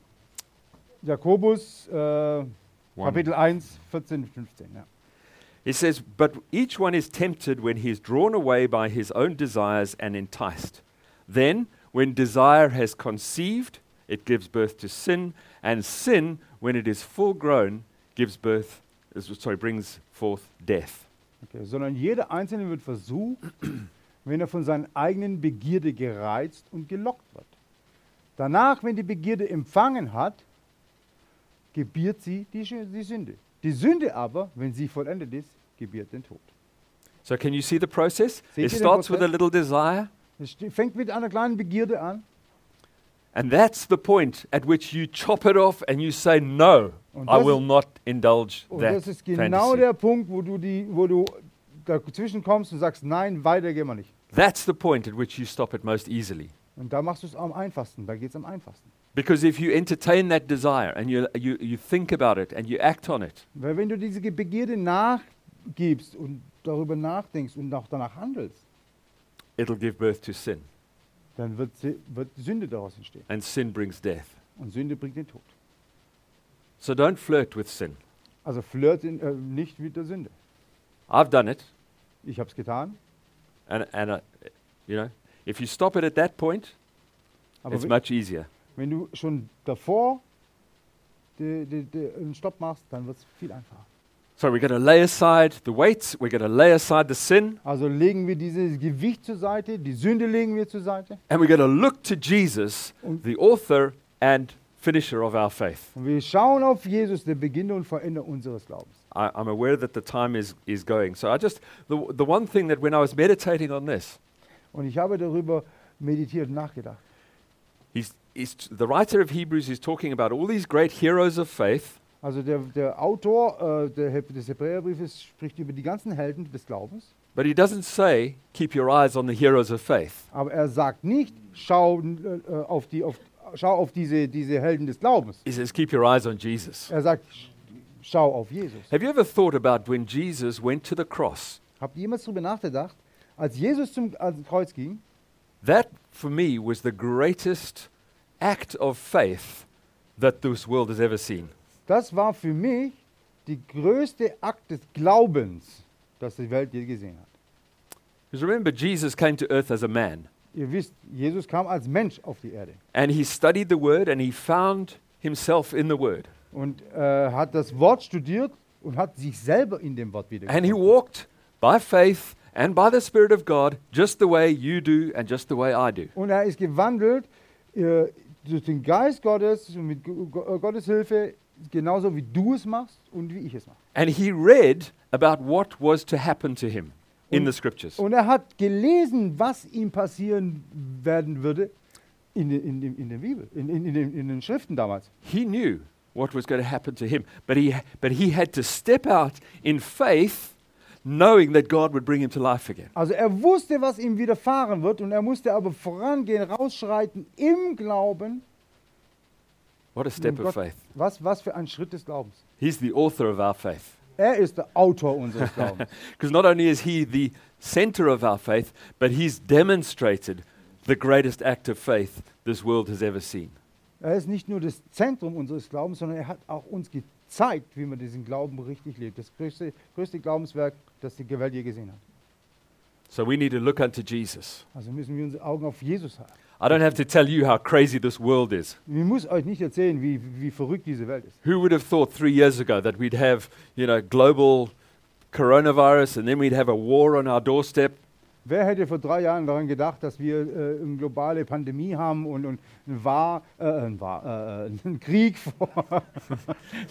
Jakobus äh,
One.
Kapitel 1, 14 und 15. Ja.
He says, But each one is tempted when he is drawn away by his own desires and enticed. Then, when desire has conceived, it gives birth to sin, and sin, when it is full grown, gives birth, is- sorry, brings forth death.
Okay. Sondern jeder Einzelne wird versucht, wenn er von seinen eigenen Begierde gereizt und gelockt wird. Danach, wenn die Begierde empfangen hat, gebiert sie die, Schö- die Sünde. Die Sünde aber, wenn sie vollendet ist, gebiert den Tod.
So, can you see the process?
Seht ihr
It
den
starts with a
Prozess?
little desire,
Es ste- fängt mit einer kleinen Begierde an
and that's the point at which you chop it off and you say, No,
Und
I
das-
will not indulge
und
that.
das ist genau
fantasy."
der Punkt, wo du, die, wo du dazwischen kommst und sagst, nein, weiter gehen wir nicht.
That's the point at which you stop it most easily.
Und da machst du es am einfachsten, da geht es am einfachsten.
Because if you entertain that desire and you, you, you think about it and you act on it,
Weil wenn du diese Ge- Begierde nachgibst und darüber nachdenkst und auch danach handelst,
it'll give birth to sin.
dann wird, sie- wird Sünde daraus entstehen.
And sin brings death.
Und Sünde bringt den Tod.
So don't flirt with sin.
Also flirt in, äh, nicht mit der Sünde.
I've done it.
Ich habe es getan,
And, and I, you know, if you stop it at that point,
aber
it's
wenn,
much easier.
wenn du schon davor de, de, de, einen Stopp machst, dann wird es viel einfacher.
So we're going to lay aside the weights, we're going to lay aside the sin,
Also legen wir dieses Gewicht zur Seite, die Sünde legen wir zur Seite
and we're going to look to Jesus,
Und-
the author and finisher of our faith.
und wir schauen auf Jesus, der Beginner und Vollender unseres Glaubens.
I, I'm aware that the time is, is going. So I just, the, the one thing that when I was meditating on this,
Und ich habe darüber meditiert und nachgedacht.
He's, he's, the writer of Hebrews is talking about all these great heroes of faith,
Also der, der Autor äh, der, Heb- des Hebräerbriefes spricht über die ganzen Helden des Glaubens,
but he doesn't say, keep your eyes on the heroes of faith.
aber er sagt nicht, schau, äh, äh, auf, die, auf, schau auf diese, diese Helden des Glaubens.
He says, keep your eyes on Jesus.
Er sagt, sch- schau auf Jesus.
Have you ever thought about when Jesus went to the cross?
Habt ihr jemals darüber nachgedacht, als Jesus zum ans Kreuz ging,
That, for me, was the greatest act of faith that this world has ever seen.
das war für mich die größte Akt des Glaubens, das die Welt je gesehen hat.
Because remember, Jesus came to earth as a man,
Ihr wisst, Jesus kam als Mensch auf die Erde
and he studied the Word, and he found himself in the Word.
und äh, hat das Wort studiert und hat sich selber in dem Wort
And he
wiedergefunden.
walked by faith and by the Spirit of God, just the way you do and just the way I do.
Und er ist gewandelt äh, durch den Geist Gottes und mit G- G- Gottes Hilfe, genauso wie du es machst und wie ich es mache.
And he read about what was to happen to him in the scriptures.
Und er hat gelesen, was ihm passieren werden würde in, den- in, dem- in der Bibel, in, in, in, den- in den Schriften damals.
He knew what was going to happen to him, but he, but he had to step out in faith, knowing that God would bring him to life again.
Also er wusste, was ihm widerfahren wird und er musste aber vorangehen, rausschreiten im Glauben.
What a step
Und Gott-
of faith.
Was, was für ein Schritt des Glaubens.
He's the author of our faith.
Er ist der Autor unseres Glaubens.
Because not only is he the center of our faith, but he's demonstrated the greatest act of faith this world has ever seen.
Er ist nicht nur das Zentrum unseres Glaubens, sondern er hat auch uns gezeigt, wie man diesen Glauben richtig lebt. Das größte, größte Glaubenswerk, das die Welt je gesehen hat.
So we need to look unto Jesus.
Also müssen wir unsere Augen auf Jesus halten.
I don't have to tell you how crazy this world is.
Ich muss euch nicht erzählen, wie, wie verrückt diese Welt ist.
Who would have thought three years ago that we'd have, you know, global coronavirus and then we'd have a war on our doorstep?
Wer hätte vor drei Jahren daran gedacht, dass wir äh, eine globale Pandemie haben und, und ein War, äh, ein War, äh, einen Krieg vor,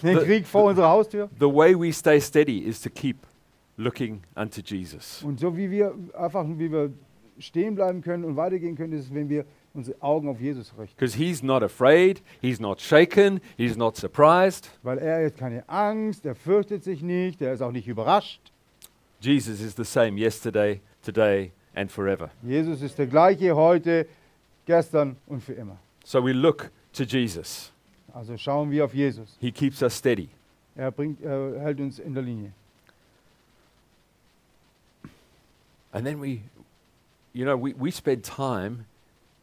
einen
The-
Krieg vor unserer Haustür?
The way we stay steady is to keep looking unto Jesus.
Und so wie wir einfach, wie wir stehen bleiben können und weitergehen können, ist, wenn wir unsere Augen auf Jesus richten.
Because he's not afraid, he's not shaken, he's not surprised.
Weil er hat keine Angst, er fürchtet sich nicht, er ist auch nicht überrascht.
Jesus is the same yesterday, today, and forever.
Jesus ist der gleiche heute, gestern und für immer.
So we look to Jesus.
Also schauen wir auf Jesus.
He keeps us steady.
Er bringt, er hält uns in der Linie.
And then we, you know, we, we spend time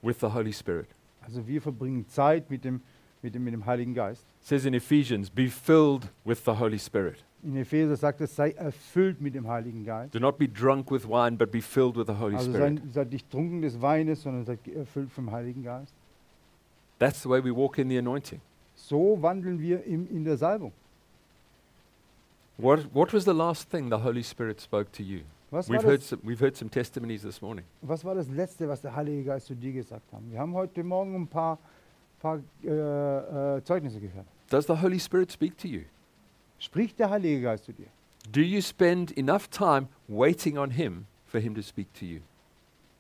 with the Holy Spirit.
Also wir verbringen Zeit mit dem, mit dem, mit dem Heiligen Geist.
It says in Ephesians, be filled with the Holy Spirit.
In Epheser sagt es, sei erfüllt mit dem Heiligen Geist.
Do not be drunk with wine, but be filled with the Holy
Also sei,
Spirit.
sei nicht trunken des Weines, sondern sei erfüllt vom Heiligen Geist.
That's the way we walk in the anointing.
So wandeln wir im, in der Salbung.
What, what was the last thing the Holy Spirit spoke to you?
Was war,
We've heard,
das,
some, we've heard some testimonies this morning.
was war das Letzte, was der Heilige Geist zu dir gesagt hat? Wir haben heute Morgen ein paar, paar äh, äh, Zeugnisse gehört.
Does the Holy Spirit speak to you?
Spricht der Heilige Geist zu dir?
Do you spend enough time waiting on Him for Him to speak to you?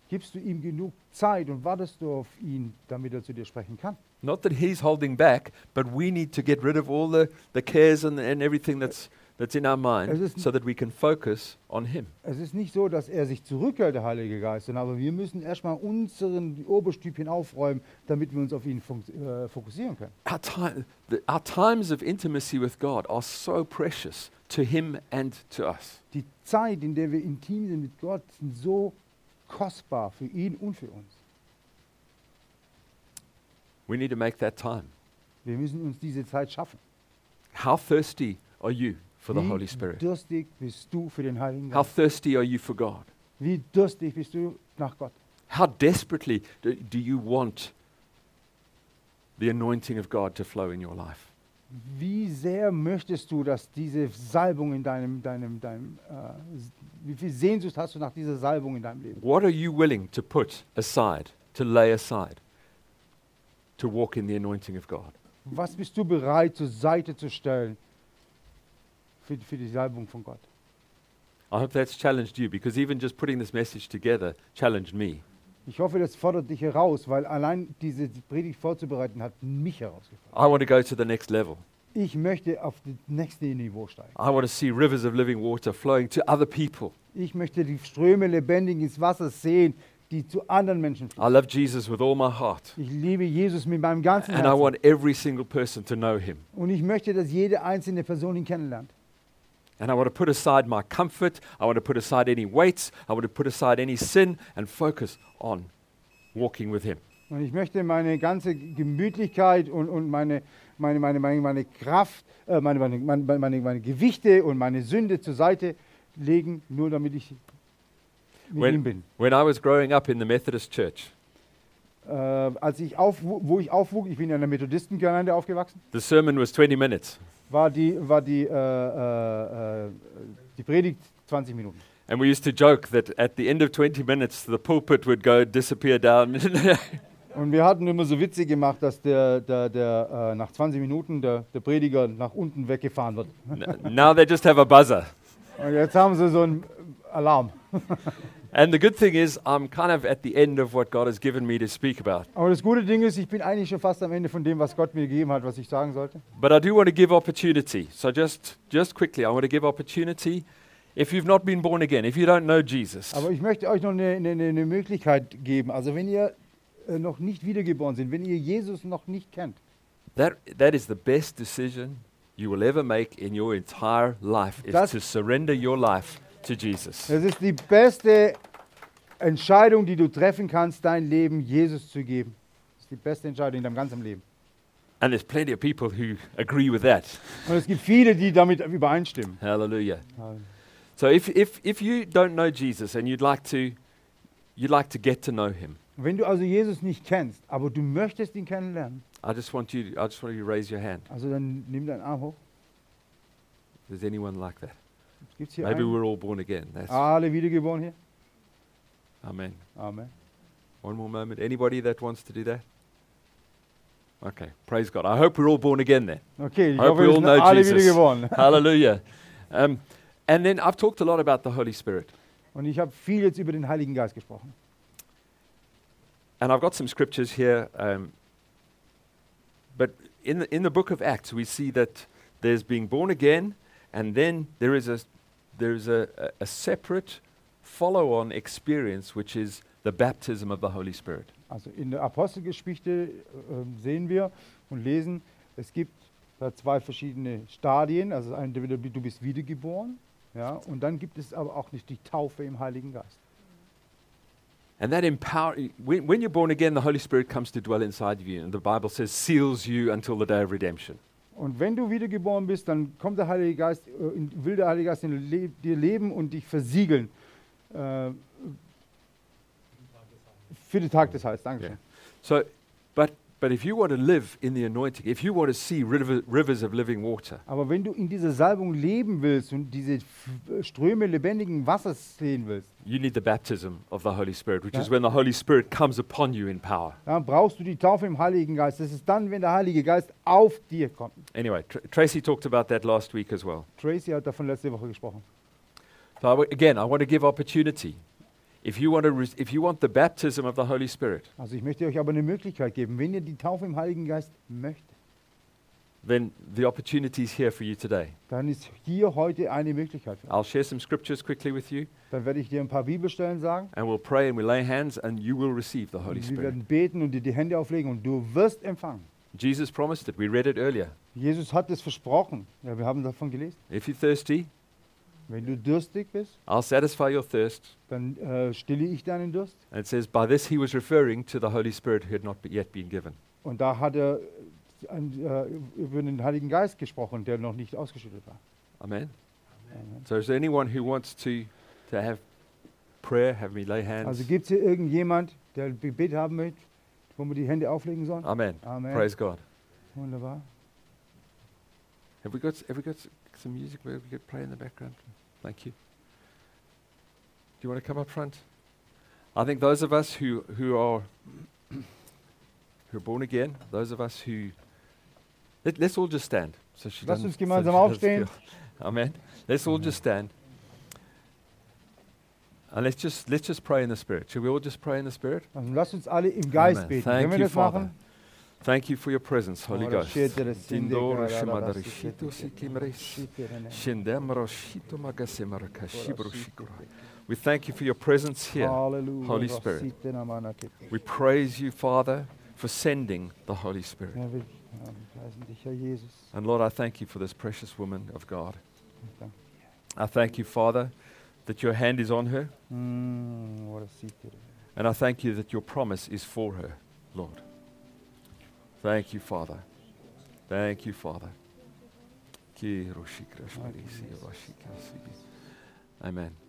Gibst du ihm genug Zeit und wartest du auf ihn, damit er zu dir sprechen kann?
Not that He's holding back, but we need to get rid of all the, the cares and, and everything that's, that's in our
Es
mind
ist-
so that we can focus on Him.
Es ist nicht so, dass er sich zurückhält, der Heilige Geist, sondern aber wir müssen erstmal unseren Oberstübchen aufräumen, damit wir uns auf ihn funk- äh, fokussieren können.
Our, time, the, our times of intimacy with God are so precious to Him and to us.
Die Zeit, in der wir intim sind mit Gott, sind so kostbar für ihn und für uns.
We need to make that time.
Wir müssen uns diese Zeit schaffen.
How thirsty are you for the Holy
Wie
Spirit?
durstig bist du für den Heiligen
How
Geist?
thirsty are you for God?
Wie durstig bist du nach Gott?
How desperately do, do you want the anointing of God to flow in your life?
Wie sehr möchtest du, dass diese Salbung in deinem, deinem, deinem, äh, s- wie viel Sehnsucht hast du nach dieser Salbung in deinem Leben?
What are you willing to put aside, to lay aside, to walk in the anointing of God?
Was bist du bereit zur Seite zu stellen für, für die Salbung von Gott?
I hope that's challenged you because even just putting this message together challenged me.
Ich hoffe, das fordert dich heraus, weil allein diese Predigt vorzubereiten hat mich herausgefordert.
I want to go to the next level.
Ich möchte auf das nächste Niveau steigen.
I want to see rivers of living water flowing to other people.
Ich möchte die Ströme lebendig ins Wasser sehen, die zu anderen Menschen
I
fließen.
love Jesus with all my heart.
Ich liebe Jesus mit meinem ganzen
And I
Herzen
want every single person to know him.
und ich möchte, dass jede einzelne Person ihn kennenlernt.
And I want to put aside my comfort. I want to put aside any weights. I want to put aside any sin and focus on walking with him.
Und ich möchte meine ganze Gemütlichkeit und, und meine, meine, meine, meine, meine Kraft, äh, meine, meine, meine, meine, meine Gewichte und meine Sünde zur Seite legen, nur damit ich mit ihm bin.
When, when I was growing up in the Methodist Church,
Äh, als ich auf, wo ich aufwuchs, ich bin in einer Methodistengemeinde aufgewachsen,
the sermon was 20 minutes,
war die, war die, äh, äh, äh, die Predigt 20 Minuten.
and we used to joke that at the end of 20 minutes, the pulpit would go disappear down.
Und wir hatten immer so Witze gemacht, dass der, der, der äh, nach 20 Minuten der, der Prediger nach unten weggefahren wird.
N- now they just have a buzzer.
Und jetzt haben sie so einen Alarm.
And the good thing is, I'm kind of at the end of what God has given me to speak about.
Aber das gute Ding ist, ich bin eigentlich schon fast am Ende von dem, was Gott mir gegeben hat, was ich sagen sollte.
But I do want to give opportunity. So just just quickly, I want to give opportunity. If you've not been born again, if you don't know Jesus,
Aber ich möchte euch noch eine, eine, eine Möglichkeit geben. Also wenn ihr äh, noch nicht wiedergeboren sind, wenn ihr Jesus noch nicht kennt,
that that is the best decision you will ever make in your entire life is
Das-
to surrender your life to Jesus.
Das ist die beste Entscheidung, die du treffen kannst, dein Leben Jesus zu geben. Das ist die beste Entscheidung in deinem ganzen Leben.
And there's plenty of people who agree with that.
Und es gibt viele, die damit übereinstimmen.
Hallelujah. So if if if you don't know Jesus and you'd like to you'd like to get to know him,
Wenn du also Jesus nicht kennst, aber du möchtest ihn kennenlernen,
I just want you I just want you to raise your hand.
also dann nimm deinen Arm hoch.
If there's anyone like that.
Gibt's hier
Maybe
einen?
we're all born again. That's
Alle wiedergeboren hier?
Amen.
Amen.
One more moment. Anybody that wants to do that? Okay. Praise God. I hope we're all born again then.
Okay, ich
Hope
hoffe,
we
wir
all
sind
know
alle
Jesus.
wiedergeboren.
Hallelujah. Um, and then I've talked a lot about the Holy Spirit.
Und ich habe viel jetzt über den Heiligen Geist gesprochen.
And I've got some scriptures here. Um, but in the, in the book of Acts, we see that there's being born again, and then there is a, there is a, a, a separate follow on experience, which is the baptism of the Holy Spirit.
Also in der Apostelgeschichte äh, sehen wir und lesen, es gibt da zwei verschiedene Stadien. Also ein, du du bist wiedergeboren, ja, und dann gibt es aber auch nicht die Taufe im Heiligen Geist.
And that empower when, when you're born again, the Holy Spirit comes to dwell inside of you, and the Bible says seals you until the day of redemption.
Und wenn du wiedergeboren bist, dann kommt der Heilige Geist, äh, in- will der Heilige Geist in le dir leben und dich versiegeln. Äh, für den Tag des Heils, Dankeschön.
So, but but if you want to live in the anointing, if you want to see river, rivers of living water,
Aber wenn du in dieser Salbung leben willst und diese F- äh, Ströme lebendigen Wassers sehen willst,
you need the baptism of the Holy Spirit, which is
Yeah.
when the Holy Spirit comes upon you in power.
Dann brauchst du die Taufe im Heiligen Geist. Das ist dann, wenn der Heilige Geist auf dir kommt.
Anyway, Tr- Tracy talked about that last week as well.
Tracy hat davon letzte Woche gesprochen.
So I w- again, I want to give opportunity. If you want to, re- if you want the baptism of the Holy Spirit,
Also ich möchte euch aber eine Möglichkeit geben, wenn ihr die Taufe im Heiligen Geist möchtet,
then the opportunity is here for you today.
dann ist hier heute eine Möglichkeit. Für euch.
I'll share some scriptures quickly with you.
Dann werde ich dir ein paar Bibelstellen sagen.
And we'll pray and we lay hands and you will receive the Holy
Und wir
Spirit.
werden beten und dir die Hände auflegen und du wirst empfangen.
Jesus promised it. We read it earlier.
Jesus hat es versprochen. Ja, wir haben davon gelesen.
If you're thirsty,
Wenn du durstig bist,
I'll satisfy your thirst.
dann äh, stille ich deinen Durst.
And it says, by this he was referring to the Holy Spirit who had not be- yet been given.
Und da hat er äh, an, äh, über den Heiligen Geist gesprochen, der noch nicht ausgeschüttet war.
Amen.
Amen.
So is there anyone who wants to, to have prayer, have me lay hands?
Also gibt es hier irgendjemand, der ein Gebet haben möchte, wo wir die Hände auflegen sollen?
Amen.
Amen.
Praise God.
Wunderbar.
Have we got, s- have we got s- some music where we could play in the background? Thank you. Do you want to come up front? I think those of us who, who are who are born again, those of us who let, us all just stand. So she
Lass
doesn't-
uns
so
gemeinsam
she
aufstehen.
doesn't feel- Amen. Let's all just stand. And let's just let's just pray in the spirit. Shall we all just pray in the spirit?
Also lasst uns alle im Geist
Amen.
beten.
Thank
Können wir
you,
das
Father.
machen?
Thank you for your presence, Holy
Oh,
Ghost.
Rashetere, Sinde,
Dindoro
Karara,
shimadari
Rashetere,
shito sikimres.
Rashetere, ne.
Shindemro shito magasemaraka shibro shikura. We thank you for your presence here.
Halleluja.
Holy Spirit.
Rashetere, Namana, Kete.
We praise you, Father, for sending the Holy Spirit.
Herr, wir ja, wir preisen dich, Herr Jesus.
And Lord, I thank you for this precious woman of God.
Danke.
I thank you, Father, that your hand is on her.
Mm, Rashetere.
And I thank you that your promise is for her. Lord. Thank you, Father. Thank you, Father. Ki roshi krishmarisi roshi kasi. Amen.